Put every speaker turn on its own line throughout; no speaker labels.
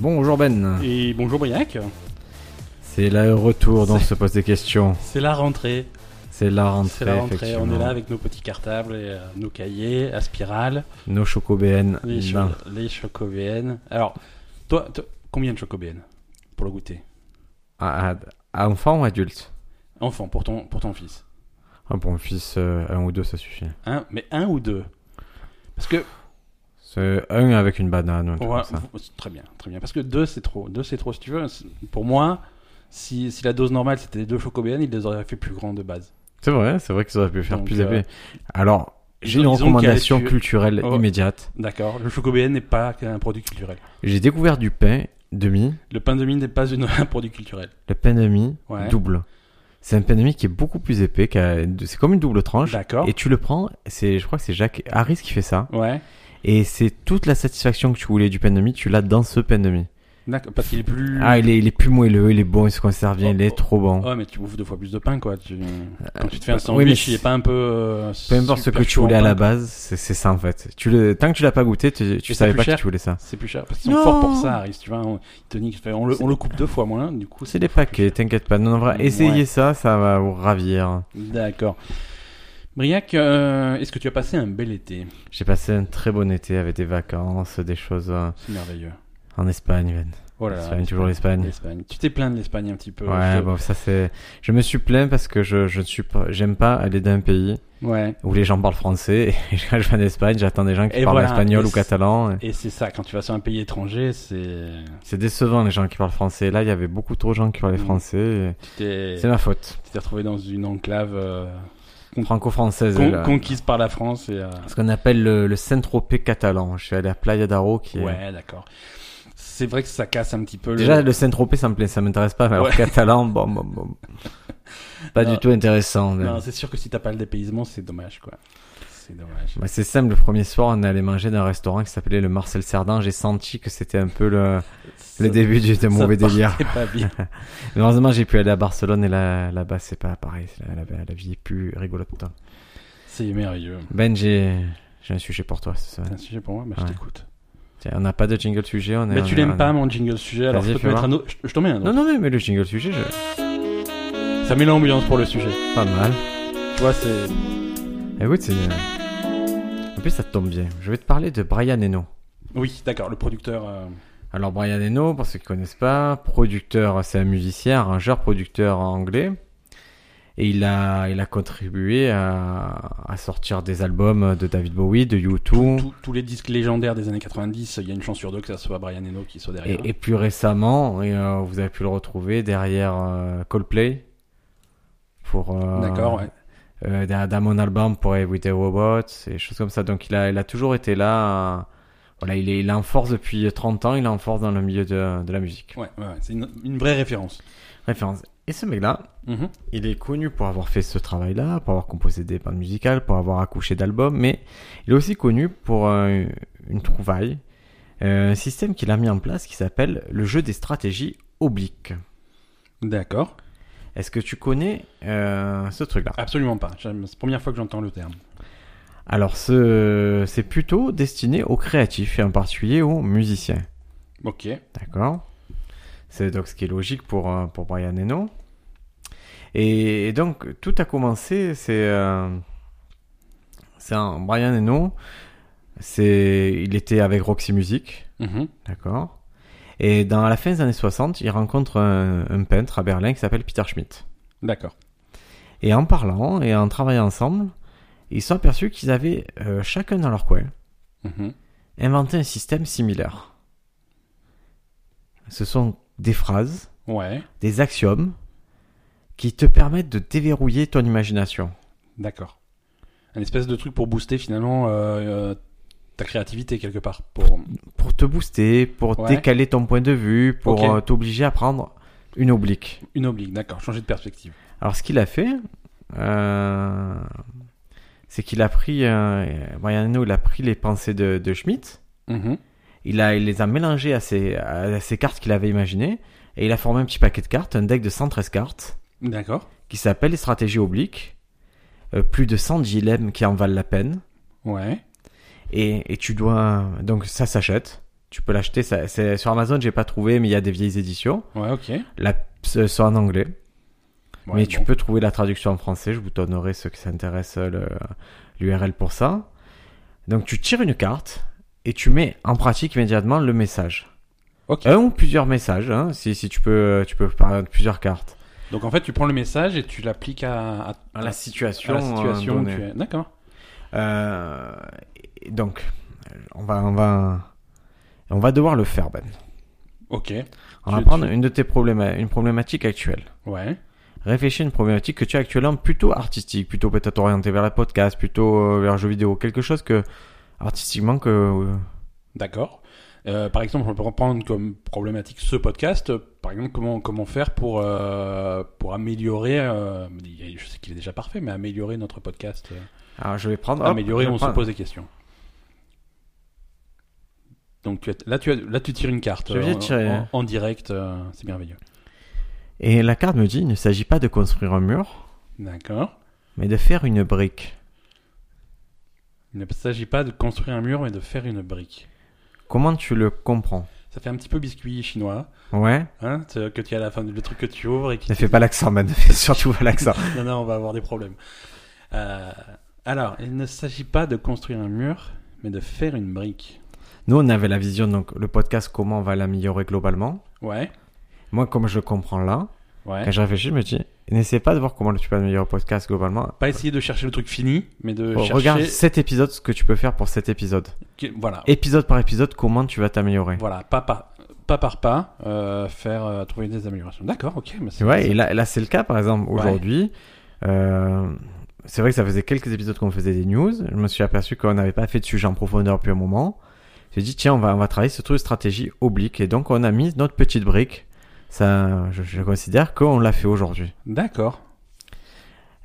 Bonjour Ben.
Et bonjour Briac.
C'est le retour dans ce poste des questions.
C'est la rentrée.
C'est la rentrée.
C'est la rentrée.
effectivement.
On est là avec nos petits cartables, et, euh, nos cahiers à spirale,
Nos chocobéennes.
les, cho-
Ben,
les chocobéennes. Alors, toi, toi, combien de chocobéennes pour le goûter
à, à- à enfant ah, ou adulte
Enfant, pour ton, pour ton fils.
Ah, Pour un fils, euh, un ou deux, ça suffit.
Un, mais un ou deux Parce que.
C'est un avec une banane ou un truc
Ouais,
comme ça.
v- très bien, très bien. Parce que deux, c'est trop. Deux, c'est trop, si tu veux. C'est- Pour moi, si, si la dose normale c'était deux chocobéennes, ils les auraient fait plus grands de base.
C'est vrai, c'est vrai qu'ils auraient pu faire
Donc,
plus
euh,
épais. Alors, j'ai
ils
une
ont- ils ont
recommandation
qu'à tuer-
culturelle
Oh.
immédiate.
D'accord Le chocobéenne n'est pas un produit culturel.
J'ai découvert du pain demi,
Le pain de mie n'est pas une- un produit culturel.
le pain demi
Ouais.
double. C'est un pain demi qui est beaucoup plus épais, qu'à- c'est comme une double tranche.
D'accord
Et tu le prends, c'est, je crois que c'est Jacques Harris qui fait ça.
Ouais.
Et c'est toute la satisfaction que tu voulais du pain demi, tu l'as dans ce pain demi.
D'accord, parce qu'il est plus.
Ah, il est, il est plus moelleux, il est bon, il se conserve bien,
Oh,
il est
Mm. oh,
trop bon.
Ouais, mais tu bouffes deux fois plus de pain, quoi. Tu... Quand tu te fais un
oui,
sandwich,
mais
il est
c'est-
pas un peu. euh,
Peu importe ce
super
que tu
chaud en
voulais à la
pain.
base, c'est c'est ça en fait. Tu le, tant que tu l'as pas goûté, tu, tu
Et c'est
savais
plus
pas que
cher
tu voulais ça.
C'est plus cher. Parce qu'ils sont
Non.
forts pour ça, Harris. Tu vois, on, ils te niquent. Enfin, on, le, on le coupe deux fois moins, du coup.
C'est des paquets, t'inquiète pas. Non, en vrai,
Ouais.
essayez ça, ça va vous ravir.
D'accord. Briac, euh, est-ce que tu as passé un bel été
J'ai passé un très bon été avec des vacances, des choses euh,
C'est merveilleux.
en Espagne, Ben.
Oh là là,
L'Espagne, toujours l'Espagne.
l'Espagne. Tu t'es plaint de l'Espagne un petit peu.
Ouais,
je-
bon, ça c'est. Je me suis plaint parce que je, je ne suis pas, j'aime pas aller d'un pays
ouais.
où les gens parlent français et quand je vais en Espagne, j'attends des gens qui
Et
parlent
voilà,
espagnol
et
ou
c'est-
catalan. et
Et c'est ça, quand tu vas sur un pays étranger, c'est.
C'est décevant les gens qui parlent français. Et Là, il y avait beaucoup trop de gens qui parlaient
Mm.
français.
Tu
et
t'es
C'est ma faute.
tu t'es retrouvé dans une enclave euh,
Franco-française.
con-
là.
conquise par la France et. euh,
Ce qu'on appelle le, le Saint-Tropez catalan. Je suis allé à Playa d'Aro qui est-
Ouais, d'accord. C'est vrai que ça casse un petit peu
Déjà,
le...
le Saint-Tropez, ça me plaît, ça m'intéresse pas. Mais alors,
Ouais.
catalan, bon, bon, bon. Pas
Non.
du tout intéressant. mais-
Non, c'est sûr que si t'as pas le dépaysement, c'est dommage, quoi. C'est dommage.
Bah, c'est simple, le premier soir, on est allé manger dans un restaurant qui s'appelait le Marcel Cerdan. J'ai senti que c'était un peu le,
Ça-
le début du de
ça
mauvais
partait
délire.
pas bien.
Mais heureusement, j'ai pu aller à Barcelone et là- là-bas, c'est pas pareil. Là, là-bas, la vie est plus rigolote.
C'est merveilleux.
Ben, j'ai j'ai un sujet pour toi. cette semaine.
C'est un sujet pour moi, bah, je
Ouais.
t'écoute.
Tiens, on n'a pas de jingle sujet. On est,
Mais
on
tu
est- on
l'aimes
est-
pas, mon jingle sujet, alors
Vas-y,
je peux te
fais
mettre
voir.
un autre. Je, je t'en mets un
Non,
autre.
non, mais, mais le jingle sujet, je-
Ça met l'ambiance pour le sujet.
pas mal.
Tu vois, c'est.
Écoute, c'est. En plus, ça tombe bien. Je vais te parler de Brian Eno.
Oui, d'accord, le producteur. euh,
Alors, Brian Eno, pour ceux qui connaissent pas, producteur, c'est un musicien, arrangeur, producteur anglais. Et il a, il a contribué à, à sortir des albums de David Bowie, de U2.
tous- tous les disques légendaires des années 90, il y a une chance sur deux que ça soit Brian Eno qui soit derrière.
Et, et plus récemment, et, euh, vous avez pu le retrouver derrière euh, Coldplay. Pour, euh,
D'accord, ouais.
euh, d'un- d'un mon album pour Everyday Robots et choses comme ça. Donc il a, il a toujours été là. euh, Voilà, il est, il est en force depuis 30 ans, il est en force dans le milieu de, de la musique.
Ouais, ouais, ouais, c'est une, une vraie référence.
Référence. Et ce mec-là,
Mhm.
il est connu pour avoir fait ce travail-là, pour avoir composé des bandes musicales, pour avoir accouché d'albums, mais il est aussi connu pour euh, une trouvaille, euh, un système qu'il a mis en place qui s'appelle le jeu des stratégies obliques.
D'accord.
Est-ce que tu connais euh, ce truc-là
Absolument pas. J'aime- C'est la première fois que j'entends le terme.
Alors, ce, c'est plutôt destiné aux créatifs et en particulier aux musiciens.
Ok.
D'accord C'est donc ce qui est logique pour, euh, pour Brian Eno. Et, et donc, tout a commencé, c'est. euh, c'est un- Brian Eno, c'est, il était avec Roxy Music.
Mhm.
D'accord Et dans, à la fin des années 60, il rencontre un, un peintre à Berlin qui s'appelle Peter Schmidt.
D'accord.
Et en parlant et en travaillant ensemble, ils se sont aperçus qu'ils avaient euh, chacun dans leur coin
Mhm.
inventé un système similaire. Ce sont des phrases,
Ouais.
des axiomes qui te permettent de déverrouiller ton imagination.
D'accord. Un espèce de truc pour booster finalement euh, euh, ta créativité quelque part. Pour...
Pour te booster, pour
Ouais.
décaler ton point de vue, pour
Ok.
euh, t'obliger à prendre une oblique.
Une oblique, d'accord. Changer de perspective.
Alors ce qu'il a fait, euh, c'est qu'il a pris, euh, Brian Eno, il a pris les pensées de, de Schmitt,
Mhm.
il, a, il les a mélangées à ses, à ses cartes qu'il avait imaginées, et il a formé un petit paquet de cartes, un deck de 113 cartes,
D'accord.
qui s'appelle les stratégies obliques. Euh, plus de 100 dilemmes qui en valent la peine.
Ouais.
Et, et tu dois. Donc ça s'achète. Tu peux l'acheter. ça- c'est- Sur Amazon, j'ai pas trouvé, mais il y a des vieilles éditions.
Ouais, ok. Ouais,
La, ce sont en anglais. mais tu
bon.
peux trouver la traduction en français, je vous donnerai ceux qui s'intéressent euh, le- l'URL pour ça. Donc tu tires une carte et tu mets en pratique immédiatement le message.
Ok.
Un ou plusieurs messages, hein, si, si tu peux, tu peux parler de plusieurs cartes.
Donc en fait, tu prends le message et tu l'appliques à, à-
À la
à
situation.
la situation
euh,
où
donnée.
tu es. D'accord.
Euh, et donc, on va, on va, on va devoir le faire, Ben.
Ok.
On
Tu-
va prendre une de tes probléma- une problématique actuelle.
Ouais.
Réfléchis à une problématique que tu as actuellement plutôt artistique, plutôt peut-être orientée vers les podcasts, plutôt euh, vers le jeu vidéo, quelque chose que artistiquement que euh,
D'accord. Euh, par exemple, on peut prendre comme problématique ce podcast. Euh, Par exemple, comment, comment faire pour, euh, pour améliorer. euh, il y a- je sais qu'il est déjà parfait, mais améliorer notre podcast. euh,
alors ah, je vais prendre hop,
améliorer,
je
on
prends-
se pose des questions. Donc tu as- là, tu as- là, tu tires une carte
Je viens
euh,
de tirer.
en, en direct. euh, c'est merveilleux.
Et la carte me dit, il ne s'agit pas de construire un mur,
D'accord.
mais de faire une brique.
Il ne s'agit pas de construire un mur, mais de faire une brique.
Comment tu le comprends
Ça fait un petit peu biscuit chinois,
Ouais,
hein, t- que tu as à la fin, le truc que tu ouvres et qui
ne fais pas l'accent, man. Fais surtout pas l'accent.
non, non, on va avoir des problèmes. Euh, alors, il ne s'agit pas de construire un mur, mais de faire une brique.
Nous, on avait la vision, donc le podcast, comment on va l'améliorer globalement.
Ouais,
Moi, comme je le comprends là,
ouais.
quand je réfléchis, je me dis, n'essaie pas de voir comment tu peux améliorer le podcast globalement.
Pas essayer de chercher le truc fini, mais de
Oh,
chercher.
Regarde cet épisode, ce que tu peux faire pour cet épisode.
que- Voilà,
épisode par épisode, comment tu vas t'améliorer.
voilà, pas par pas, par pas euh, faire euh, trouver des améliorations. D'accord, ok, mais c'est
C'est vrai, et là, là, c'est le cas, par exemple,
Ouais.
aujourd'hui. euh, c'est vrai que ça faisait quelques épisodes qu'on faisait des news. Je me suis aperçu qu'on n'avait pas fait de sujet en profondeur depuis un moment. J'ai dit, tiens, on va, on va travailler ce truc de stratégie oblique. Et donc, on a mis notre petite brique. Ça, je, je considère qu'on l'a fait aujourd'hui.
D'accord.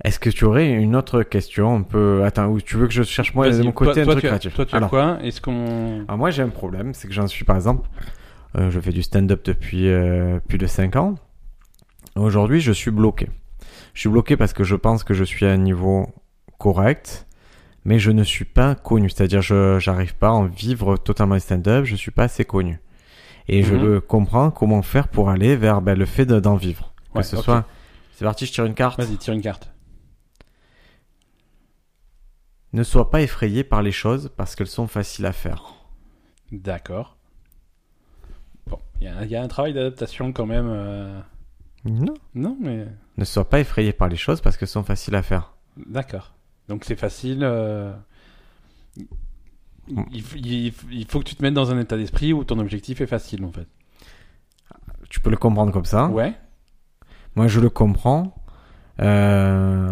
Est-ce que tu aurais une autre question un peu... Attends, ou tu veux que je cherche moi
Vas-y,
de mon côté un
toi, toi,
truc
tu as-
créatif
Toi, tu as
Alors,
quoi Est-ce qu'on
alors Ah, moi, j'ai un problème. C'est que j'en suis, par exemple, euh, je fais du stand-up depuis euh, plus de 5 ans. Aujourd'hui, je suis bloqué. Je suis bloqué parce que je pense que je suis à un niveau correct, mais je ne suis pas connu. C'est-à-dire, je j'arrive pas à en vivre totalement le stand-up, je suis pas assez connu. Et je
Mhm.
le comprends comment faire pour aller vers ben, le fait de- d'en vivre. Que
Ouais,
ce
ok.
soit... C'est parti, je tire une carte.
Vas-y, tire une carte.
Ne sois pas effrayé par les choses parce qu'elles sont faciles à faire.
D'accord. Bon, il y, a- il y a un travail d'adaptation quand même. euh,
Non.
Non, mais
Ne sois pas effrayé par les choses parce qu'elles sont faciles à faire.
D'accord. Donc c'est facile. euh,
Hmm.
Il, il- il- il faut que tu te mettes dans un état d'esprit où ton objectif est facile en fait.
Tu peux le comprendre comme ça.
ouais.
Moi, je le comprends. Euh,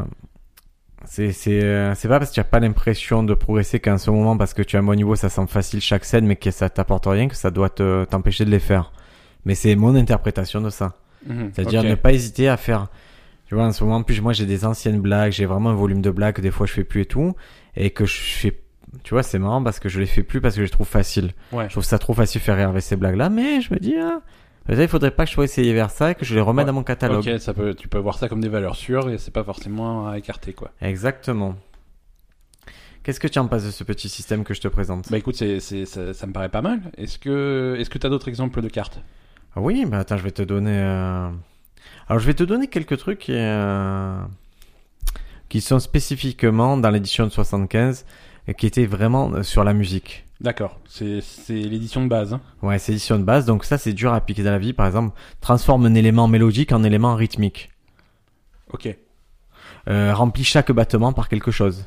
c'est c'est euh, c'est pas parce que tu as pas l'impression de progresser qu'à un seul moment, parce que tu as un bon niveau, ça semble facile chaque scène, mais que ça t'apporte rien, que ça doit te- t'empêcher de les faire. Mais c'est mon interprétation de ça.
Mhm.
C'est-à-dire
Ok.
ne pas hésiter à faire. Tu vois, en ce moment, en plus, moi, j'ai des anciennes blagues, j'ai vraiment un volume de blagues que des fois je fais plus et tout, et que je fais. Tu vois, c'est marrant parce que je les fais plus parce que je les trouve faciles.
Ouais.
Je trouve ça trop facile de faire rire avec ces blagues-là, mais je me dis, ah, peut-être il faudrait pas que je sois essayé vers ça et que je les remette
Ouais.
dans mon catalogue.
Ok, ça peut, tu peux voir ça comme des valeurs sûres et c'est pas forcément à écarter quoi.
Exactement. Qu'est-ce que tu en penses de ce petit système que je te présente
Bah écoute, c'est, c'est- ça, ça me paraît pas mal. Est-ce que, est-ce que t'as d'autres exemples de cartes
Ah Oui, bah attends, je vais te donner. euh, Alors, je vais te donner quelques trucs qui, euh, qui sont spécifiquement dans l'édition de 75 et qui étaient vraiment euh, sur la musique.
D'accord. C'est, c'est l'édition de base. hein.
Ouais, c'est l'édition de base, donc ça, c'est dur à appliquer dans la vie. Par exemple, transforme un élément mélodique en élément rythmique.
Ok.
Euh, remplis chaque battement par quelque chose.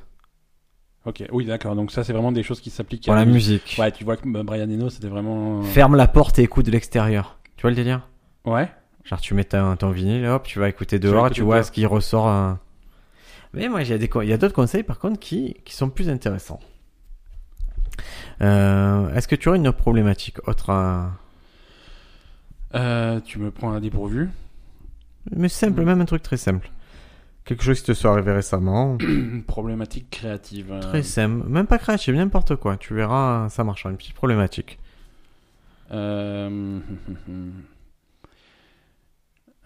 Ok. Oui, d'accord. Donc ça, c'est vraiment des choses qui s'appliquent.
Pour
à
la musique.
Ouais, tu vois que bah, Brian Eno, c'était vraiment.
Ferme la porte et écoute de l'extérieur. Tu vois le délire
Ouais.
Genre tu mets ta- ton vinyle, hop, tu vas écouter
Tu vas
dehors,
écouter
tu vois
dehors.
ce qui ressort. hein. Mais moi, il y a des con- il y a d'autres conseils par contre qui, qui sont plus intéressants. Euh, Est-ce que tu aurais une problématique autre à-
Euh, tu me prends à dépourvu.
Mais simple,
Mm.
même un truc très simple. Quelque chose qui te soit arrivé récemment.
Une problématique créative. euh,
très simple, même pas créatif, n'importe quoi. Tu verras, ça marchera, une petite problématique.
Euh,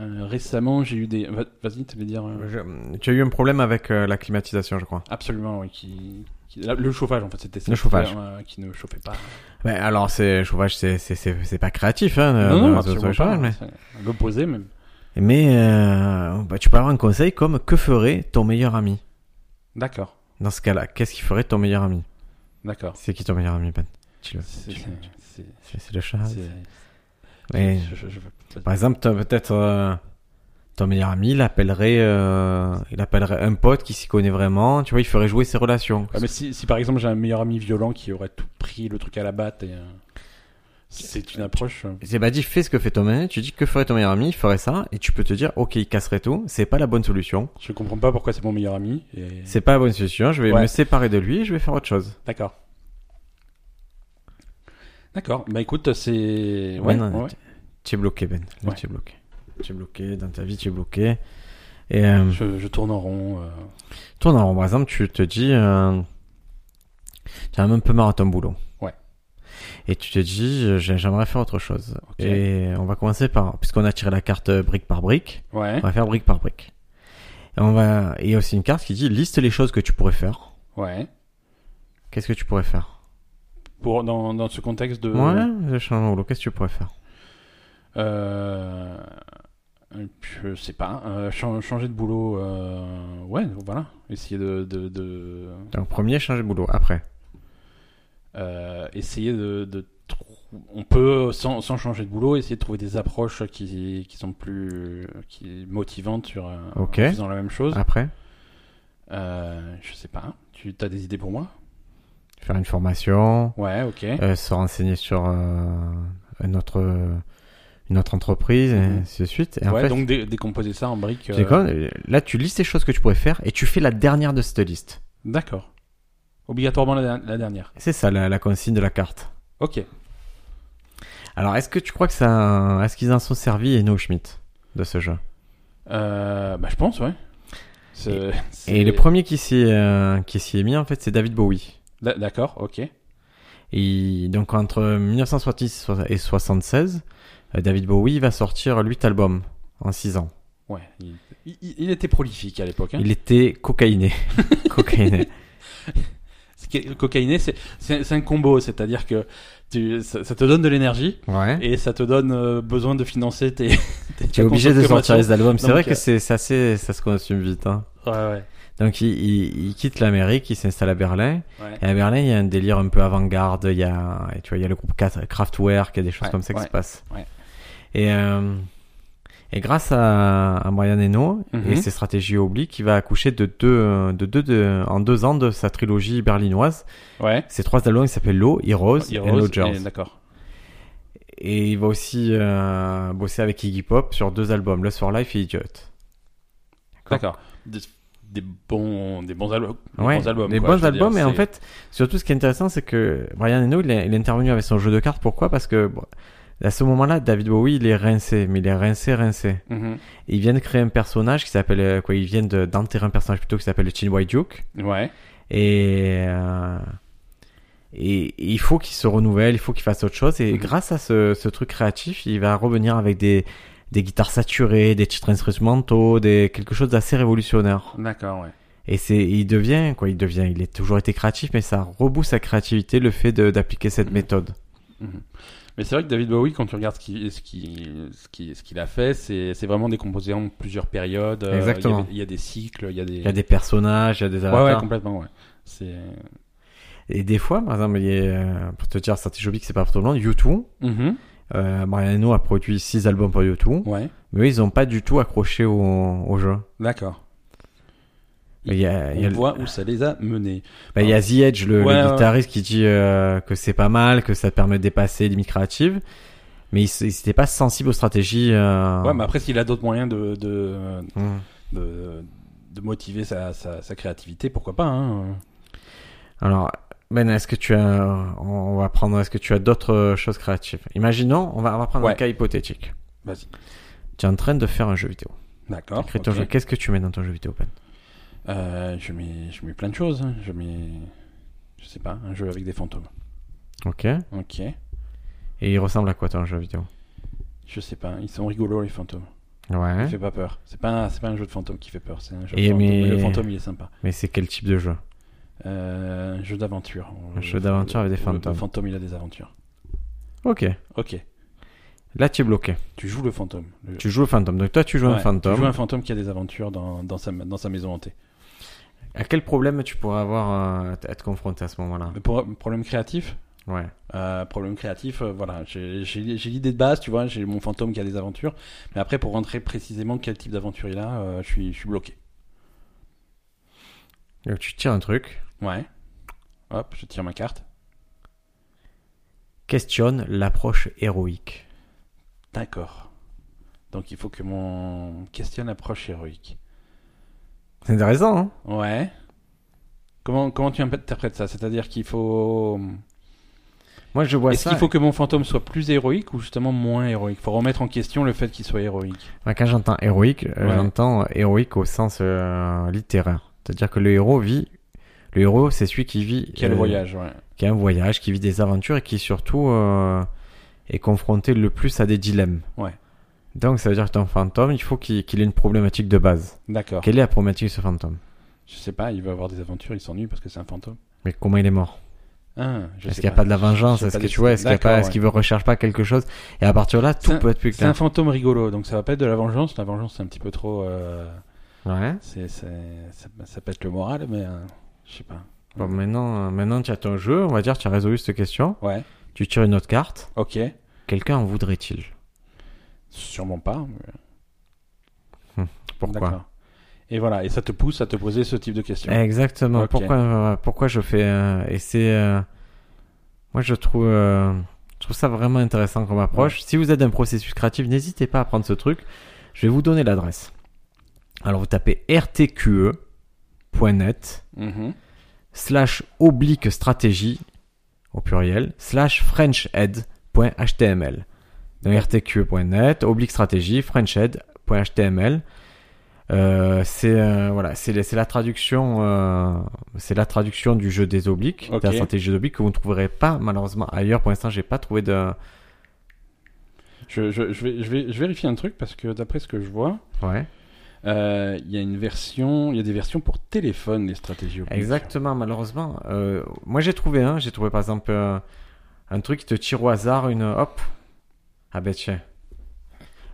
euh, récemment, j'ai eu des. va- Vas-y, tu veux dire. euh,
Je- Tu as eu un problème avec euh, la climatisation, je crois.
Absolument, oui. Qui, qui qui- la- le chauffage en fait, c'était ça
Le chauffage.
euh, qui ne chauffait pas.
Ouais, alors, c'est chauffage, c'est c'est- c'est- c'est pas créatif. Hein, de-
non,
de-
non,
de-
absolument
de- de-
pas.
mais
C'est L'opposé même.
mais, euh, bah, tu peux avoir un conseil comme que ferait ton meilleur ami
D'accord,
Dans ce cas-là, qu'est-ce qu'il ferait ton meilleur ami
d'accord.
C'est qui ton meilleur ami, Ben Tu le-
C'est-
tu-
c'est-
C'est Ah, c'est le chat.
c'est-
Mais,
je- je- je veux pas-
par exemple, t'as peut-être euh, ton meilleur ami, il appellerait, euh, il appellerait un pote qui s'y connaît vraiment. Tu vois, il ferait jouer ses relations.
Ouais, Ah, mais si, si, par exemple j'ai un meilleur ami violent qui aurait tout pris le truc à la batte et euh, c'est une approche. euh,
C'est pas dit fais ce que fait ton meilleur ami, tu dis que ferait ton meilleur ami, il ferait ça, et tu peux te dire ok il casserait tout, c'est pas la bonne solution,
Je comprends pas pourquoi c'est mon meilleur ami. Et...
c'est pas la bonne solution, je vais
Ouais.
me séparer de lui, je vais faire autre chose.
D'accord. D'accord. Bah écoute, c'est.
Ouais,
Ouais,
non,
ouais.
Tu es bloqué Ben, Là,
Ouais.
tu es bloqué. Tu es bloqué, dans ta vie tu es bloqué. Et euh,
Je, je tourne en rond. euh.
toi dans par exemple tu te dis, euh, t'as même un peu marre à ton boulot.
Ouais.
Et tu te dis euh, j'ai- j'aimerais faire autre chose.
Ok.
Et on va commencer par, puisqu'on a tiré la carte euh, brique par brique,
Ouais,
on va faire brique par brique. Et on va, il y a aussi une carte qui dit liste les choses que tu pourrais faire.
ouais.
Qu'est-ce que tu pourrais faire
Pour, dans, dans ce contexte de.
Ouais, le changement de boulot, qu'est-ce que tu pourrais faire
Euh, Je sais pas. euh, chan- changer de boulot. euh, Ouais, voilà. Essayer de. de, de-
Donc, premier, changer de boulot. Après,
euh, essayer de. de trou- On peut, sans, sans changer de boulot, essayer de trouver des approches qui, qui sont plus qui, motivantes sur, euh,
Ok. Ah.
en faisant la même chose.
après,
Euh, je sais pas. Tu as des idées pour moi
faire une formation,
Ouais, ok.
euh, se renseigner sur euh, un autre- une autre entreprise, et
Mhm.
ainsi de suite. Et en
ouais,
fait,
donc dé- décomposer ça en briques.
tu
euh,
sais quoi là, tu listes les choses que tu pourrais faire et tu fais la dernière de cette liste.
D'accord. Obligatoirement la, der- la dernière.
C'est ça la, la consigne de la carte.
Ok.
Alors, est-ce que tu crois que ça, est-ce qu'ils en sont servis et nous, Schmidt, de ce jeu
Euh, bah, je pense, ouais. C'est- c'est-
Et le premier qui s'y euh, qui s'y est mis, en fait, c'est David Bowie.
D'a- D'accord, ok.
Et donc entre 1970 et 76, euh, David Bowie va sortir 8 albums en 6 ans.
Ouais. Il, il- il était prolifique à l'époque. hein.
Il était cocaïné. cocaïné.
Ce qui est- Cocaïné, c'est- c'est c'est un combo, c'est-à-dire que tu, ça, ça te donne de l'énergie
Ouais.
et ça te donne euh, besoin de financer tes. tes-
Tu es
ta
obligé de sortir
consommation.
les albums. C'est
Donc,
vrai que
euh,
c'est c'est assez, ça se consomme vite. hein.
Ouais, ouais.
Donc il, il- il quitte l'Amérique, il s'installe à Berlin.
ouais.
Et à Berlin, il y a un délire un peu avant-garde. Il y a, tu vois, il y a le groupe Kat- Kraftwerk, il y a des choses
Ouais,
comme ça qui
ouais,
se passent.
ouais.
Et euh, et grâce à, à Brian Eno
Mhm.
et ses stratégies obliques, il va accoucher de deux, de deux, de, en deux ans de sa trilogie berlinoise.
Ouais.
Ses trois albums qui s'appellent Low, Heroes, et
Heroes,
Lodgers.
et- D'accord.
Et, il va aussi euh, bosser avec Iggy Pop sur deux albums, Lust for Life et Idiot.
D'accord. Des, des bons, des bons albums. Des
Ouais,
bons albums.
Des
quoi, je
bons
veux dire,
albums, et en
c'est-
fait, surtout ce qui est intéressant, c'est que Brian Eno, il est, il est intervenu avec son jeu de cartes. Pourquoi Parce que bon, à ce moment-là, David Bowie, il est rincé, mais il est rincé, rincé.
Mhm.
Et ils viennent de créer un personnage qui s'appelle. euh, Quoi Ils viennent de- d'enterrer un personnage plutôt qui s'appelle le Chin White Duke.
Ouais.
Et. euh, et et il faut qu'il se renouvelle, il faut qu'il fasse autre chose. Et
Mhm.
grâce à ce, ce truc créatif, il va revenir avec des, des guitares saturées, des titres instrumentaux, des, quelque chose d'assez révolutionnaire.
D'accord, ouais.
Et c'est, il devient, quoi, il devient, il a toujours été créatif, mais ça rebousse sa créativité le fait de- d'appliquer cette
Mhm.
méthode.
Mais c'est vrai que David Bowie, quand tu regardes ce qu'il ce qui, ce qui, ce qu'il a fait, c'est c'est vraiment décomposé en plusieurs périodes. Euh,
Exactement.
Il y, a des- il y a des cycles, il y a des.
Il y a des personnages, il y a des
Ouais, ouais,
avatars.
complètement, ouais. C'est.
et des fois, par exemple, il y a, euh, pour te dire, stratégie oblique, c'est pas pour tout le monde, YouTube,
Mhm.
euh, Mariano a produit six albums pour YouTube,
Ouais,
mais eux, ils ont pas du tout accroché au, au jeu.
d'accord.
Il y a, il y a
On
le-
voit où ça les a menés.
bah, il y a The Edge, le, le
Ouais, ouais.
guitariste, qui dit euh, que c'est pas mal, que ça te permet de dépasser les limites créatives, mais ils ils étaient pas sensibles aux stratégies. euh,
Ouais, mais après, s'il a d'autres moyens de, de,
hmm.
de, de motiver sa, sa, sa créativité, pourquoi pas, hein.
Alors, Ben, est-ce que tu as, on va prendre, est-ce que tu as d'autres euh, choses créatives Imaginons, on va, on va prendre un
Ouais.
cas hypothétique.
Vas-y.
Tu es en train de faire un jeu vidéo.
D'accord.
Crée ton
ok.
jeu. Qu'est-ce que tu mets dans ton jeu vidéo, Ben
Euh, je, mets, je mets plein de choses. hein. Je mets. Je sais pas, un jeu avec des fantômes.
Ok.
Ok.
Et il ressemble à quoi ton jeu vidéo
Je sais pas, ils sont rigolos les fantômes. Il
Ouais.
fait pas peur. C'est pas, un- c'est pas un jeu de fantôme qui fait peur, c'est un jeu
Hein Et
de fantôme.
mais-
Le fantôme il est sympa.
Mais c'est quel type de jeu
Euh, un jeu d'aventure.
Un jeu d'aventure avec des
Le-
fantômes.
Le fantôme, il a des aventures.
Ok.
Ok.
Là, tu es bloqué.
Tu joues le fantôme. Le-
Tu joues le fantôme. Donc toi, tu joues
Ouais,
un fantôme.
Tu joues un fantôme qui a des aventures dans, dans, sa, dans sa maison hantée.
À quel problème tu pourrais avoir euh, à être confronté à ce moment-là
Le pro- problème créatif
Ouais.
Euh, problème créatif, euh, voilà, j'ai j'ai- j'ai l'idée de base, tu vois, j'ai mon fantôme qui a des aventures, mais après pour rentrer précisément quel type d'aventure il a, euh, je suis je suis bloqué.
Donc tu tires un truc,
Ouais. Hop, je tire ma carte.
questionne l'approche héroïque.
D'accord. Donc il faut que mon questionne approche héroïque.
C'est intéressant, hein
Ouais. Comment comment tu interprètes ça C'est-à-dire qu'il faut
Moi, je vois
est-ce
ça.
qu'il faut que mon fantôme soit plus héroïque ou justement moins héroïque Faut remettre en question le fait qu'il soit héroïque.
Enfin, quand j'entends héroïque, euh,
Ouais.
j'entends euh, héroïque au sens euh, littéraire. C'est-à-dire que le héros vit. Le héros, c'est celui qui vit.
Quel
euh,
voyage, ouais.
Qui a un voyage, qui vit des aventures et qui surtout euh, est confronté le plus à des dilemmes.
Ouais.
Donc, ça veut dire que ton fantôme, il faut qu'il qu'il ait une problématique de base.
D'accord.
Quelle est la problématique de ce fantôme
Je sais pas, il veut avoir des aventures, il s'ennuie parce que c'est un fantôme.
Mais comment il est mort
Ah, je
Est-ce
sais
qu'il n'y a pas de la vengeance
J'ai
Est-ce
pas
que
décidé.
tu vois Est-ce qu'il ne
D'accord, ouais.
recherche pas quelque chose Et à partir de là, tout
C'est un-
peut être plus
C'est un
clair.
fantôme rigolo, donc ça va pas être de la vengeance. La vengeance, c'est un petit peu trop. euh,
Ouais.
c'est, c'est- ça, ça pète le moral, mais euh, je sais pas.
Bon, maintenant, euh, maintenant, tu as ton jeu. On va dire, tu as résolu cette question.
Ouais,
Tu tires une autre carte.
ok.
Quelqu'un en voudrait-il
Sûrement pas. mais- euh,
Pourquoi
D'accord. Et voilà, et ça te pousse à te poser ce type de questions.
Exactement.
Ok.
Pourquoi, euh, pourquoi je fais euh, Et c'est. euh, moi, je trouve. euh, je trouve ça vraiment intéressant comme approche. Si vous êtes d'un processus créatif, n'hésitez pas à prendre ce truc. Je vais vous donner l'adresse. Alors, vous tapez rtqe.net. Eh.
Mhm.
slash oblique stratégie au pluriel slash frenchhead.html donc rtq.net E oblique stratégie frenchhead.html euh, c'est euh, voilà c'est la- c'est la traduction euh, c'est la traduction du jeu des obliques
Ok.
de la stratégie des obliques que vous ne trouverez pas malheureusement ailleurs pour l'instant j'ai pas trouvé de
Je, je, je vais, je, vais, je vérifie un truc parce que d'après ce que je vois,
ouais
euh, il y a une version, il y a des versions pour téléphone des stratégies. obliques.
Exactement, malheureusement. Euh, moi, j'ai trouvé un. J'ai trouvé, par exemple, euh, un truc qui te tire au hasard une. Hop. Ah, ben, tiens.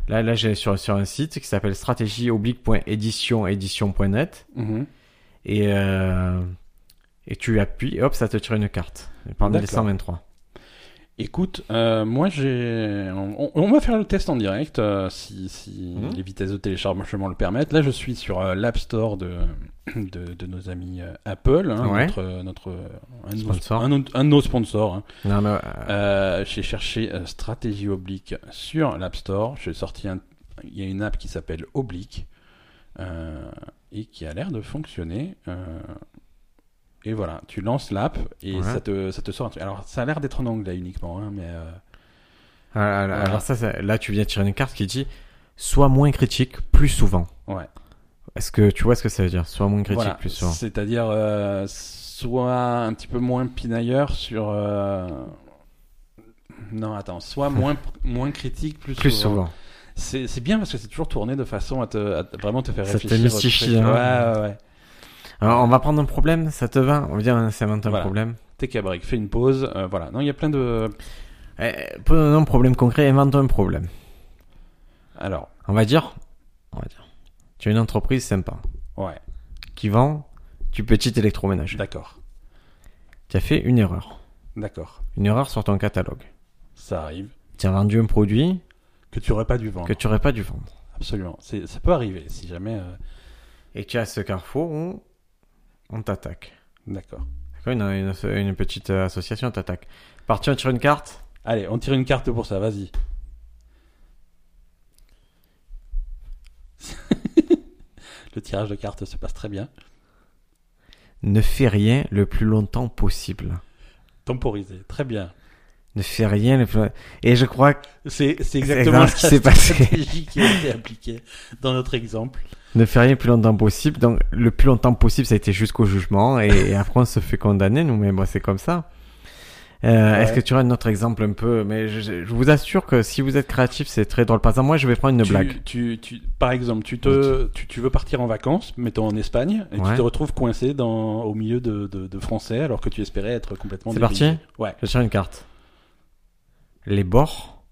Là, là j'ai sur, sur un site qui s'appelle stratégieoblique.édition-édition.net
Mhm.
et, euh, et tu appuies et hop, ça te tire une carte parmi les
D'accord.
123.
Écoute, euh, moi j'ai. On, on va faire le test en direct euh, si, si
Mhm.
les vitesses de téléchargement le permettent. Là, je suis sur euh, l'App Store de, de, de nos amis euh, Apple, hein,
Ouais.
notre, notre, euh, un, de nos-
Sponsor.
un autre- un de nos sponsors. hein.
Non, mais, euh,
Euh, j'ai cherché euh, stratégie oblique sur l'App Store. J'ai sorti un. Il y a une app qui s'appelle Oblique euh, et qui a l'air de fonctionner. euh, et voilà, tu lances l'app et
Ouais.
ça, te, ça te sort un truc. Alors, ça a l'air d'être en anglais uniquement, hein, mais. euh,
ah, là,
voilà.
Alors, ça, ça- là, tu viens de tirer une carte qui dit Sois moins critique plus souvent.
Ouais.
Est-ce que tu vois ce que ça veut dire Sois moins critique
Voilà.
plus souvent.
C'est-à-dire euh, soit un petit peu moins pinailleur sur. euh, Non, attends, soit moins moins critique, plus,
Plus
souvent.
souvent.
C'est c'est bien parce que c'est toujours tourné de façon à, te, à te- vraiment te faire
Ça te
réfléchir. au
mystifie,
truc.
hein.
Ouais, ouais, ouais.
Alors, on va prendre un problème, ça te va On va dire, c'est maintenant un
Voilà.
problème.
T'es cabrique, fais une pause. euh, voilà. Non, il y a plein de.
Euh, prenons un problème concret, inventons un problème.
Alors,
On va dire, on va dire, tu as une entreprise sympa
ouais,
qui vend du petit électroménager.
d'accord,
Tu as fait une erreur.
d'accord.
Une erreur sur ton catalogue.
Ça arrive.
Tu as vendu un produit
Que tu aurais pas dû vendre.
que tu aurais pas dû vendre.
Absolument. C'est- Ça peut arriver si jamais. euh,
Et tu as ce carrefour où on t'attaque.
D'accord.
D'accord, Une, une- une petite euh, association t'attaque. Parti, on tire une carte.
Allez, on tire une carte pour ça. Vas-y. Le tirage de cartes se passe très bien.
Ne fais rien le plus longtemps possible.
Temporisé, très bien.
Ne fais rien le plus Et je crois que
C'est c'est
exactement
exactement
ce qui s'est Eh ben, passé.
la stratégie qui a été appliquée dans notre exemple.
Ne faire rien le plus longtemps possible. Donc, le plus longtemps possible, ça a été jusqu'au jugement. Et, et après, on se fait condamner, nous. Mais bon, c'est comme ça. Euh,
Ouais.
Est-ce que tu aurais un autre exemple un peu Mais je, je vous assure que si vous êtes créatif, c'est très drôle. Par exemple, moi, je vais prendre une
tu,
blague.
tu- tu- par exemple, tu, te, tu, tu veux partir en vacances, mettons en Espagne, et
Ouais.
tu te retrouves coincé dans, au milieu de, de, de Français alors que tu espérais être complètement
C'est parti
dépaysé. Ouais.
Je tire une carte. Les bords,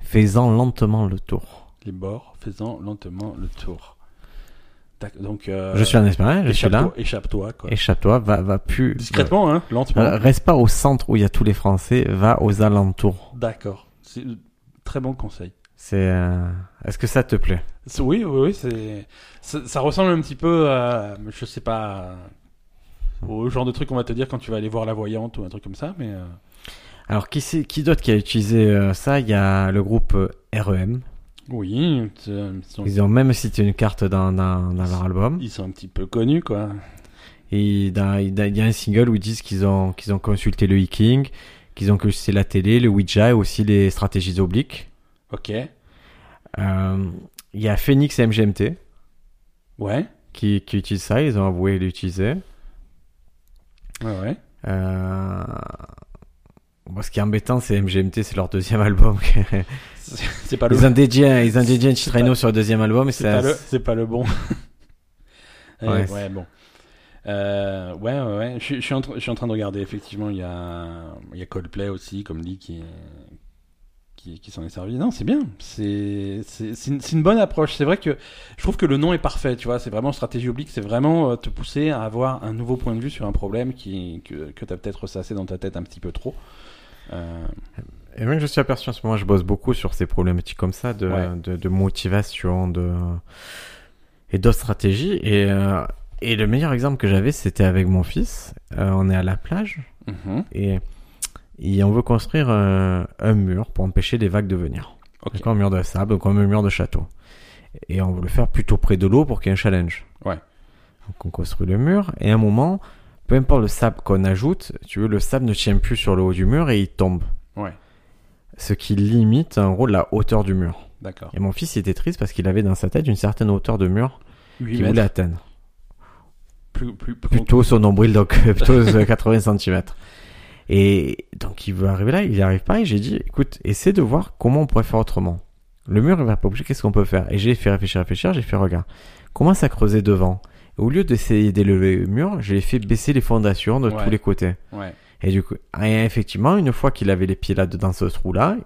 faisant lentement le tour.
Les bords faisant lentement le tour. Tac, Donc, euh,
je suis en Espagne, je suis là.
échappe-toi, échappe-toi, quoi.
Échappe-toi, va, va plus.
Discrètement, hein, lentement.
Euh, reste pas au centre où il y a tous les Français, va aux alentours.
D'accord. C'est très bon conseil.
C'est. euh, Est-ce que ça te plaît
C'est- Oui, oui, oui, c'est ça, ça ressemble un petit peu à, je sais pas, à- au genre de truc qu'on va te dire quand tu vas aller voir la voyante ou un truc comme ça, mais euh,
Alors, qui, c'est- qui d'autre qui a utilisé euh, ça Il y a le groupe euh, REM.
oui, c'est- ils sont,
Ils ont même cité une carte dans, dans, dans leur album.
ils sont un petit peu connus, quoi.
Et dans- il y a un single où ils disent qu'ils ont, qu'ils ont consulté le hacking, qu'ils ont consulté la télé, le Ouija et aussi les stratégies obliques.
Ok,
Euh, il y a Phoenix et MGMT
ouais,
qui, qui utilisent ça, ils ont avoué l'utiliser.
ouais, ouais.
Euh... bon, ce qui est embêtant, c'est MGMT, c'est leur deuxième album.
C'est c'est pas le,
ils ont dédié, un- ils ont dédié un titre
C'est
à
pas-
nous sur le deuxième album. Et
c'est
ça-
pas le, c'est pas le bon. Eh,
Ouais,
ouais,
c'est-
bon. Euh, ouais, ouais, ouais. Je, suis- je suis en train- je suis en train de regarder. Effectivement, il y a, il y a Coldplay aussi, comme dit, qui, qui, qui s'en est servi. Non, c'est bien. C'est, c'est, c'est une, c'est une bonne approche. C'est vrai que je trouve que le nom est parfait. Tu vois, c'est vraiment stratégie oblique. C'est vraiment euh, te pousser à avoir un nouveau point de vue sur un problème qui, que, que t'as peut-être ressassé dans ta tête un petit peu trop. Euh,
Et même je suis aperçu en ce moment, je bosse beaucoup sur ces problématiques comme ça, de,
Ouais.
de, de motivation, de et d'autres stratégies. Et, euh, et le meilleur exemple que j'avais, c'était avec mon fils. Euh, on est à la plage
mhm.
et, et on veut construire euh, un mur pour empêcher les vagues de venir.
Ok.
D'accord, un mur de sable, donc comme un mur de château. Et on veut le faire plutôt près de l'eau pour qu'il y ait un challenge.
Ouais.
Donc on construit le mur et à un moment, peu importe le sable qu'on ajoute, tu veux, le sable ne tient plus sur le haut du mur et il tombe
Ouais,
ce qui limite en gros la hauteur du mur.
d'accord.
Et mon fils il était triste parce qu'il avait dans sa tête une certaine hauteur de mur
Huit
qu'il voulait
mètres.
atteindre.
Plus, plus, plus-
Plutôt son nombril, donc euh, plutôt euh, 80 cm. Et donc il veut arriver là, il n'y arrive pas, et j'ai dit, écoute, essaie de voir comment on pourrait faire autrement. Le mur il va pas bouger, qu'est-ce qu'on peut faire Et j'ai fait réfléchir, réfléchir, j'ai fait, regarde, commence à creuser devant. Et au lieu d'essayer d'élever le mur, j'ai fait baisser les fondations de
Ouais.
tous les côtés.
Ouais,
Et du coup, et effectivement, une fois qu'il avait les pieds là dans ce trou-là,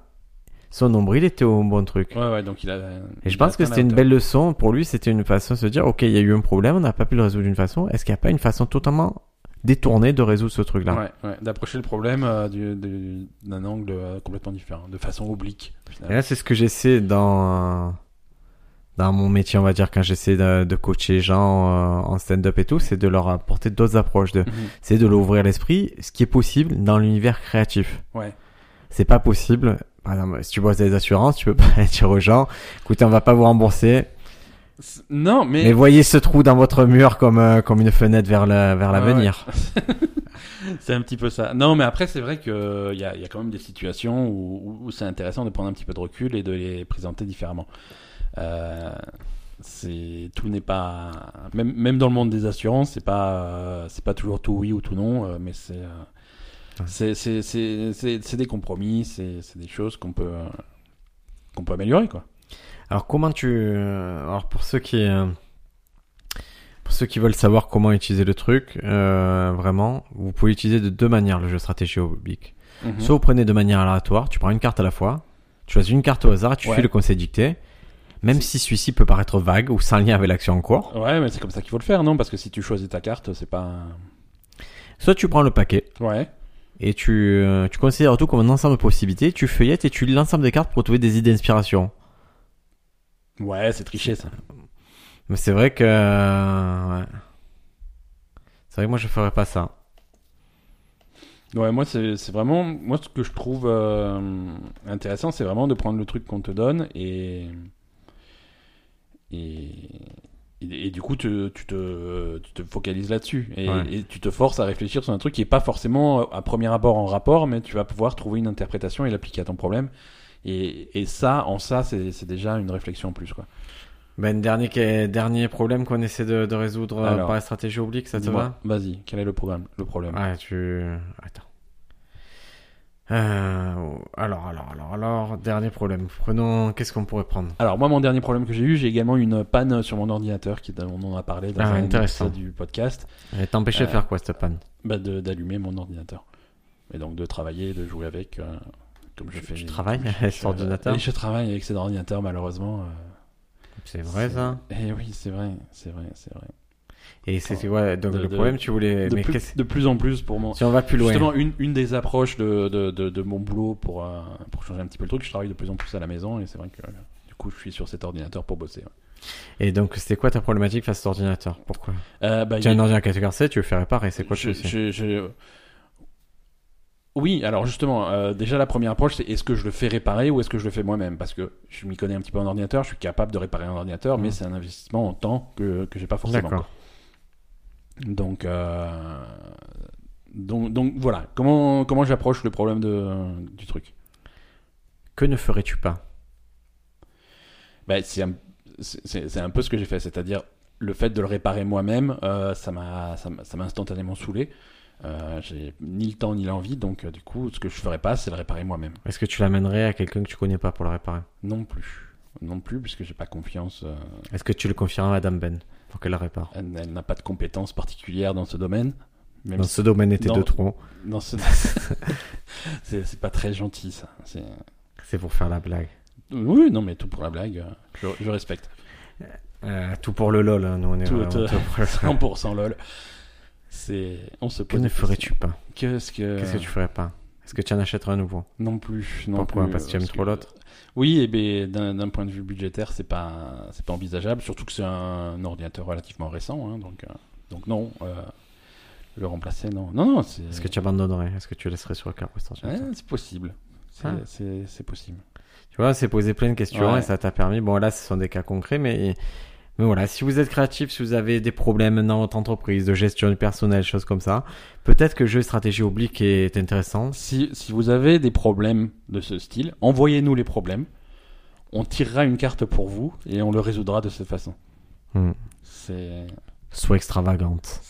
son nombril était au bon truc.
ouais, ouais. Donc il a.
Et je
il a
pense que
atteint la
c'était une
hauteur.
belle leçon. Pour lui, c'était une façon de se dire, OK, il y a eu un problème, on n'a pas pu le résoudre d'une façon. Est-ce qu'il n'y a pas une façon totalement détournée de résoudre ce truc-là
Ouais, ouais, d'approcher le problème euh, du- du- d'un angle euh, complètement différent, de façon oblique.
Et
finalement.
là, c'est ce que j'essaie dans, dans mon métier, on va dire, quand j'essaie de, de coacher les gens euh, en stand-up et tout, c'est de leur apporter d'autres approches, de,
Mhm.
c'est de leur ouvrir l'esprit, ce qui est possible dans l'univers créatif.
Ouais.
C'est pas possible. Par exemple, si tu bosses des assurances, tu peux pas dire aux gens, écoutez, on va pas vous rembourser,
C'est- Non, mais.
mais voyez ce trou dans votre mur comme, euh, comme une fenêtre vers le- vers
Ouais,
l'avenir.
C'est un petit peu ça. Non, mais après, c'est vrai qu'il y a, il y a quand même des situations où, où- où c'est intéressant de prendre un petit peu de recul et de les présenter différemment. Euh, c'est tout n'est pas même, même dans le monde des assurances c'est pas euh, c'est pas toujours tout oui ou tout non euh, mais c'est euh,
Ouais.
c'est c'est- c'est- c'est- c'est des compromis c'est c'est des choses qu'on peut euh, qu'on peut améliorer quoi
Alors comment tu euh, alors pour ceux qui euh, pour ceux qui veulent savoir comment utiliser le truc euh, vraiment vous pouvez utiliser de deux manières le jeu stratégie oblique.
Mhm.
Soit vous prenez de manière aléatoire, tu prends une carte à la fois, tu choisis une carte au hasard, tu
Ouais.
suis le conseil dicté. Même si celui-ci peut paraître vague ou sans lien avec l'action en cours.
Ouais, mais c'est comme ça qu'il faut le faire, non Parce que si tu choisis ta carte, c'est pas. un-
Soit tu prends le paquet
Ouais.
et tu, euh, tu considères tout comme un ensemble de possibilités, tu feuillettes et tu lis l'ensemble des cartes pour trouver des idées d'inspiration.
Ouais, c'est triché ça.
Mais c'est vrai que. euh, ouais. C'est vrai que moi je ferais pas ça.
Ouais, moi c'est c'est vraiment moi ce que je trouve euh, intéressant, c'est vraiment de prendre le truc qu'on te donne et et et, et du coup te- tu te tu te focalises là-dessus et,
Ouais.
et tu te forces à réfléchir sur un truc qui est pas forcément euh, à premier abord en rapport, mais tu vas pouvoir trouver une interprétation et l'appliquer à ton problème. Et, et ça, en ça, c'est c'est déjà une réflexion en plus quoi.
Ben, dernier, que- dernier problème qu'on essaie de, de résoudre euh,
Alors.
par la stratégie oblique, ça te
Dis-moi,
va Ah,
Vas-y, quel est le programme Le problème.
Ouais, tu. Attends. Euh, alors, alors, alors, alors, dernier problème. Prenons, qu'est-ce qu'on pourrait prendre
Alors moi, mon dernier problème que j'ai eu, j'ai également une panne sur mon ordinateur, qui on en a parlé dans
Ah,
un
intéressant.
épisode du podcast,
Et T'empêcher de
Euh,
faire quoi cette panne
bah, de- d'allumer mon ordinateur. Et donc de travailler, de jouer avec, euh, comme je, fais.
Tu travailles avec cet ordinateur
Oui, je travaille avec cet ordinateur, malheureusement. euh,
C'est vrai ça
Eh oui, c'est vrai, c'est vrai, c'est vrai.
Et c'est c'est quoi Donc
De-
le
de-
problème, tu voulais.
De
mais
plus,
qu'est-ce-
de plus en plus pour moi.
Si on va plus loin.
Justement, une, une des approches de, de, de, de mon boulot pour, euh, pour changer un petit peu le truc, je travaille de plus en plus à la maison et c'est vrai que euh, du coup, je suis sur cet ordinateur pour bosser. ouais.
Et donc, c'était quoi ta problématique face à ordinateur Pourquoi
Euh, bah,
Tu as
il-
un ordinateur catégorie C, tu veux faire réparer, c'est quoi le
je-
souci
je- je- Oui, alors justement, euh, déjà la première approche, c'est est-ce que je le fais réparer ou est-ce que je le fais moi-même Parce que je m'y connais un petit peu en ordinateur, je suis capable de réparer un ordinateur, mais
Mhm.
c'est un investissement en temps que, que j'ai pas forcément.
D'accord.
Donc, euh, donc, donc voilà, comment, comment j'approche le problème de, du truc
Que ne ferais-tu pas
Bah, C'est un, c'est- c'est- c'est un peu ce que j'ai fait, c'est-à-dire le fait de le réparer moi-même, euh, ça m'a ça m'a- ça m'a instantanément saoulé. Euh, j'ai ni le temps ni l'envie, donc euh, du coup, ce que je ferais pas, c'est le réparer moi-même.
Est-ce que tu l'amènerais à quelqu'un que tu connais pas pour le réparer
Non plus. Non plus, puisque j'ai pas confiance. euh,
Est-ce que tu le confierais à Madame Ben pour qu'elle la répare
elle elle n'a pas de compétences particulières dans ce domaine. Même
Dans ce domaine était
Dans-
de trop.
dans ce... c'est c'est pas très gentil, ça. C'est.
C'est pour faire la blague.
Oui, non, mais tout pour la blague, euh, je, je respecte.
Euh, tout pour le lol, hein, nous on est
Tout- euh,
vraiment
tout-
pour le-
100% lol. C'est, on se
Que
pose.
ne
des
ferais-tu pas
questions. Qu'est-ce que,
Qu'est-ce que tu ferais pas Est-ce que tu en achèterais un nouveau
Non plus, Euh, non
Pourquoi
plus,
Parce que tu aimes trop l'autre
Oui, et ben d'un d'un point de vue budgétaire, c'est pas, c'est pas envisageable. Surtout que c'est un ordinateur relativement récent, hein, donc, euh, donc non. euh, le remplacer, non. Non, non, c'est.
Est-ce que tu abandonnerais Est-ce que tu laisserais sur le carreau cet
Ouais,
ordinateur
c'est possible. C'est,
Ah.
c'est, c'est possible.
Tu vois, c'est poser plein de questions
Ouais.
et ça t'a permis. Bon, là, ce sont des cas concrets, mais, mais voilà. Si vous êtes créatif, si vous avez des problèmes dans votre entreprise, de gestion du personnel, choses comme ça, peut-être que le jeu de stratégie oblique est intéressant.
Si, si vous avez des problèmes de ce style, envoyez-nous les problèmes. On tirera une carte pour vous et on le résoudra de cette façon.
Hmm.
C'est.
Soit extravagante.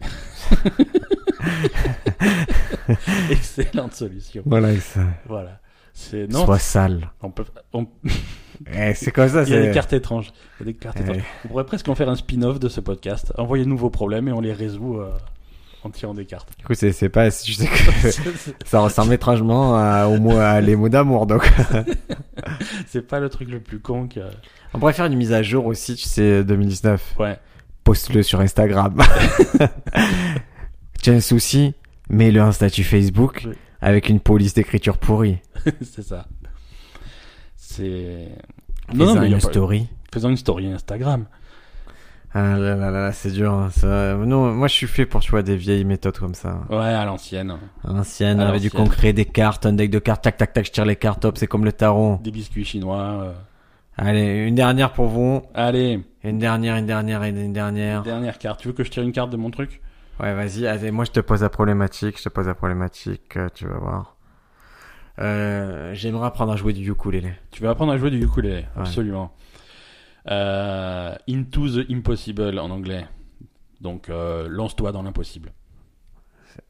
c'est- Excellente solution.
Voilà, ça.
Voilà. C'est non.
Soit sale.
On peut. on-
Eh, c'est comme ça,
Il y a
c'est.
des cartes étranges. Il y a des cartes
Eh.
étranges. On pourrait presque en faire un spin-off de ce podcast. Envoyez-nous vos problèmes et on les résout euh, en tirant des cartes.
Du coup, c'est, c'est pas, je sais que
C'est-
ça ressemble étrangement à, au mot, à les mots d'amour, donc.
c'est pas le truc le plus con que.
On pourrait faire une mise à jour aussi, tu sais, 2019.
Ouais.
poste-le sur Instagram. tu as un souci, mets-le à un statut Facebook
Oui.
avec une police d'écriture pourrie.
c'est ça. C'est.
Non,
Non, non, mais il y
une
a pas-
story.
faisant une story Instagram.
Ah là là là, là, c'est dur. hein, ça. Non, moi je suis fait pour tu vois, des vieilles méthodes comme ça.
Ouais, à l'ancienne.
Anciennes,
À
avec du
Ah, l'ancienne.
concret, des cartes, un deck de cartes, tac tac tac, je tire les cartes, hop, c'est comme le tarot.
Des biscuits chinois. euh.
Allez, une dernière pour vous.
Allez,
Une dernière, une dernière, et une dernière.
dernière carte. Tu veux que je tire une carte de mon truc
Ouais, vas-y, allez, moi je te pose la problématique, je te pose la problématique, euh, tu vas voir. Euh, J'aimerais apprendre à jouer du ukulélé.
Tu veux apprendre à jouer du ukulélé, absolument. Euh, into the impossible en anglais. Donc, euh, lance-toi dans l'impossible.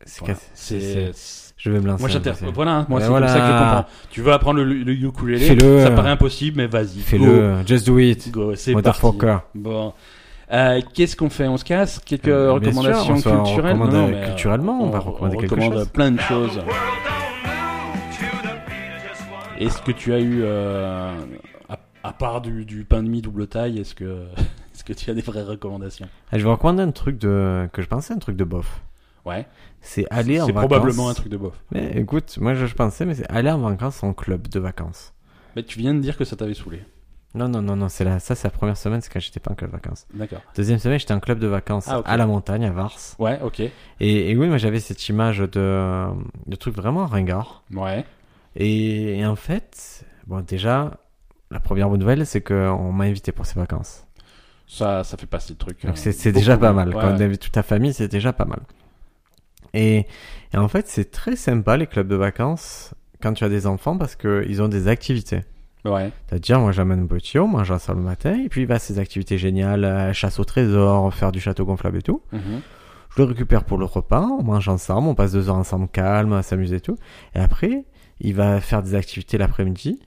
C'est
Voilà.
cassé.
C'est.
Je vais me lancer.
Moi, j'inter...
vas-y.
Voilà, hein, moi,
Ben
c'est
voilà.
comme ça que je le comprends. Tu veux apprendre le, le ukulélé
Fais-le.
Ça paraît impossible, mais vas-y.
Fais-le. euh, Just do it.
Go, go, c'est parti.
Motherfucker.
Bon. Euh, Qu'est-ce qu'on fait On se casse Quelques
Euh, bien sûr,
recommandations
on se- on
culturelles
recommande,
Non,
euh,
mais, euh,
culturellement, on va recommander quelque
recommande
chose.
plein de choses.
Et
Est-ce que tu as eu, euh, à, à part du, du pain de mie double taille, est-ce que, est que tu as des vraies recommandations
Ah, Je vais recommander un truc de, que je pensais un truc de bof.
Ouais.
C'est aller en
C'est
vacances.
probablement un truc de bof.
Mais écoute, moi je, je pensais, mais c'est aller en vacances en club de vacances.
Mais tu viens de dire que ça t'avait saoulé.
Non, non, non, non, c'est là. Ça, c'est la première semaine, c'est quand j'étais pas en club de vacances.
D'accord.
Deuxième semaine, j'étais en club de vacances
Ah, ok.
à la montagne, à Vars.
Ouais, ok.
Et, et oui, moi j'avais cette image de, de truc vraiment ringard.
Ouais.
Et, et en fait, bon, déjà, la première bonne nouvelle, c'est qu'on m'a invité pour ces vacances.
Ça, ça fait passer le truc.
Donc
euh,
c'est- c'est
beaucoup
déjà pas
mieux.
mal.
Ouais,
Quand on
ouais.
invite toute ta famille, c'est déjà pas mal. Et, et en fait, c'est très sympa les clubs de vacances quand tu as des enfants parce que ils ont des activités.
Ouais.
C'est-à-dire, moi j'amène mon petit, on mange ensemble le matin, et puis il va à ses activités géniales, euh, chasse au trésor, faire du château gonflable et tout.
Mhm.
Je le récupère pour le repas, on mange ensemble, on passe deux heures ensemble calme, à s'amuser et tout. Et après, il va faire des activités l'après-midi.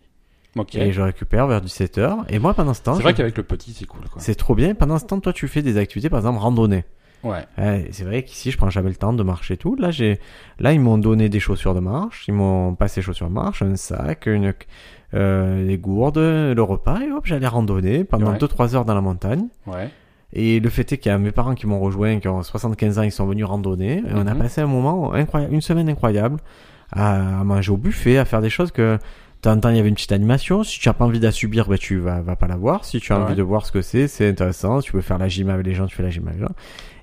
Ok.
Et je le récupère vers du 7h. Et moi, pendant ce temps,
C'est vrai
je-
qu'avec le petit, c'est cool. Quoi.
c'est trop bien. Pendant ce temps, toi, tu fais des activités, par exemple, randonnée.
Ouais.
Ouais, c'est vrai qu'ici, je prends jamais le temps de marcher et tout. Là, j'ai, là, ils m'ont donné des chaussures de marche, ils m'ont passé chaussures de marche, un sac, une, euh, des gourdes, le repas, et hop, j'allais randonner pendant
Ouais.
2-3 heures dans la montagne.
Ouais.
Et le fait est qu'il y a mes parents qui m'ont rejoint, qui ont 75 ans, ils sont venus randonner. Et on a
Mhm.
passé un moment incroyable, une semaine incroyable, à, à manger au buffet, à faire des choses que, de temps en temps, il y avait une petite animation. Si tu n'as pas envie de la subir, ben, tu vas, vas pas la voir. Si tu as
Ouais.
envie de voir ce que c'est, c'est intéressant. Tu peux faire la gym avec les gens, tu fais la gym avec les gens.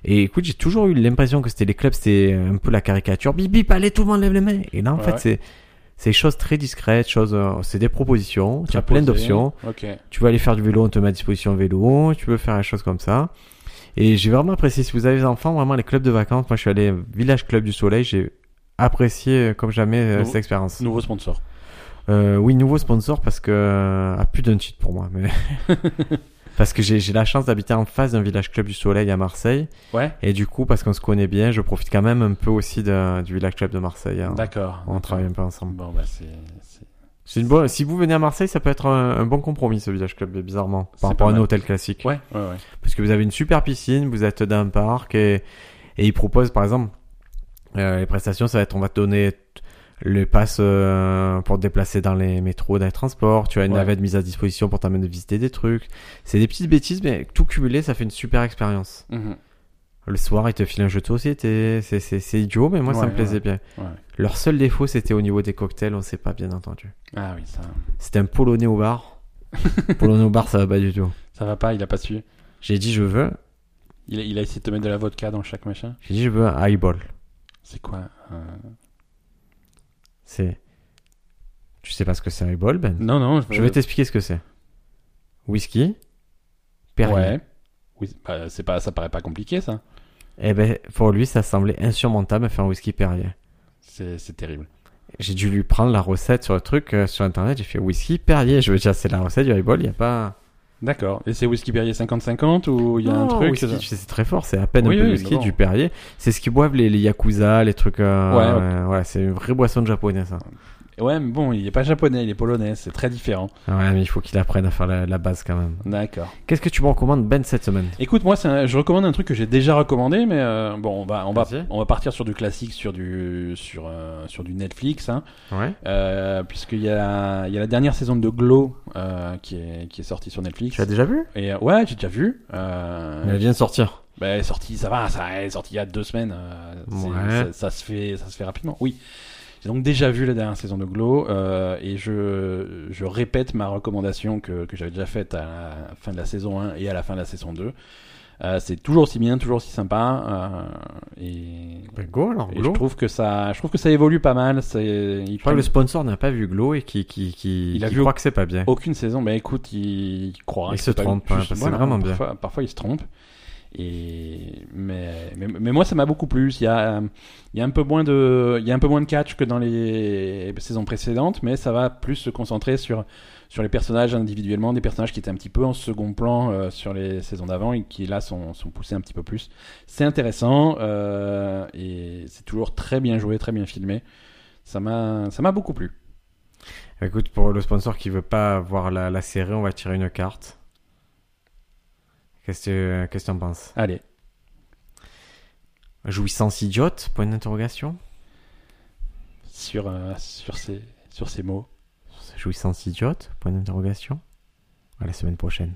Et écoute, j'ai toujours eu l'impression que c'était les clubs, c'était un peu la caricature. Bip bip, allez, tout le monde lève les mains. Et là, en
Ouais,
fait,
ouais.
c'est, c'est des choses très discrètes, choses, euh, c'est des propositions. Tu
Très
as plein
posé.
d'options
Ok.
tu veux aller faire du vélo, on te met à disposition un vélo, tu veux faire des choses comme ça. Et j'ai vraiment apprécié, si vous avez des enfants, vraiment les clubs de vacances, moi je suis allé au Village Club du Soleil, j'ai apprécié euh, comme jamais euh,
Nouveau-
cette expérience.
Nouveau sponsor.
Euh, oui, nouveau sponsor parce que... euh, Ah, plus d'un titre pour moi, mais... parce que j'ai j'ai la chance d'habiter en face d'un Village Club du Soleil à Marseille.
Ouais.
Et du coup, parce qu'on se connaît bien, je profite quand même un peu aussi de- du Village Club de Marseille. hein.
D'accord.
On travaille un peu ensemble.
Bon, bah, c'est. c'est-
C'est une bonne... Si vous venez à Marseille, ça peut être un, un bon compromis, ce Village Club, bizarrement, par
C'est pas
rapport à un
mal.
hôtel classique.
Ouais, ouais, ouais.
parce que vous avez une super piscine, vous êtes dans un parc et, et ils proposent par exemple euh, les prestations, ça va être on va te donner t- le pass euh, pour te déplacer dans les métros, dans les transports, tu as une
Ouais.
navette mise à disposition pour t'amener visiter des trucs. C'est des petites bêtises, mais tout cumulé, ça fait une super expérience.
Mhm.
Le soir, ils te filent un jeu de société, c'est- c'est c'est idiot, mais moi ça
Ouais,
me plaisait bien.
Ouais.
Leur seul défaut, c'était au niveau des cocktails, on s'est pas bien entendu.
Ah oui, ça.
C'était un polonais au bar. polonais au bar, ça va pas du tout.
Ça va pas, il a pas su.
J'ai dit je veux,
Il a, il a essayé de te mettre de la vodka dans chaque machin.
j'ai dit je veux un highball.
C'est quoi euh,
C'est. Tu sais pas ce que c'est un highball, Ben
Non, non,
Je vais t'expliquer ce que c'est. Whisky, Perrier.
Ouais. Oui, bah, c'est pas, ça paraît pas compliqué, ça.
Et ben, pour lui, ça semblait insurmontable de faire un whisky Perrier.
C'est c'est terrible.
J'ai dû lui prendre la recette sur le truc euh, sur internet. J'ai fait whisky Perrier. Je veux dire, c'est la recette du highball. Il y a pas.
D'accord. Et c'est whisky Perrier 50-50 ou il y a un
Non,
truc
whisky,
c'est ça
tu sais, c'est très fort. C'est à peine
Oui,
un peu de
oui,
whisky,
non.
du Perrier. C'est ce qu'ils boivent les, les yakuza, les trucs. euh,
Ouais, ok.
euh, voilà, c'est une vraie boisson hein. de japonais ça.
Ouais, mais bon, il est pas japonais, il est polonais, c'est très différent.
Ouais, mais il faut qu'il apprenne à faire la, la base quand même.
D'accord.
Qu'est-ce que tu me recommandes Ben cette semaine
Écoute, moi, c'est un- je recommande un truc que j'ai déjà recommandé, mais euh, bon, on va, on va,
Vas-y.
on va partir sur du classique, sur du, sur, euh, sur du Netflix, hein,
Ouais.
euh, puisqu'il y a, il y a la dernière saison de Glow euh, qui est, qui est sortie sur Netflix.
Tu l'as déjà vu
Et euh, ouais, j'ai déjà vu. Euh,
Elle vient de sortir.
Bah, elle est sortie, ça va, ça elle est sortie il y a deux semaines. euh, c'est-
Ouais.
ça, ça se fait, ça se fait rapidement. Oui. J'ai donc déjà vu la dernière saison de Glow euh, et je, je répète ma recommandation que, que j'avais déjà faite à la fin de la saison 1 et à la fin de la saison 2. Euh, c'est toujours aussi bien, toujours aussi sympa euh, et,
Ben go alors,
et
Glow.
je trouve que ça, je trouve que ça évolue pas mal. C'est,
Je
ils
crois que
prennent
le sponsor n'a pas vu Glow et qui, qui, qui,
Il a
qui
vu
croit que c'est pas bien.
aucune saison. Bah écoute, il, il croit.
Il
que
se
c'est pas
trompe,
juste-
hein, parce que c'est
voilà,
vraiment bien.
parfois, Parfois, il se trompe. Et mais, mais, mais moi, ça m'a beaucoup plu. Il y a, euh, il y a un peu moins de, il y a un peu moins de catch que dans les saisons précédentes, mais ça va plus se concentrer sur sur les personnages individuellement, des personnages qui étaient un petit peu en second plan euh, sur les saisons d'avant et qui là sont, sont poussés un petit peu plus. C'est intéressant euh, et c'est toujours très bien joué, très bien filmé. Ça m'a ça m'a beaucoup plu.
Écoute, pour le sponsor qui veut pas voir la, la série, on va tirer une carte. Qu'est-ce que qu'est-ce que t'en penses
Allez,
Jouissance idiote Point d'interrogation
sur euh, sur ces sur ces mots.
Jouissance idiote Point d'interrogation À la semaine prochaine.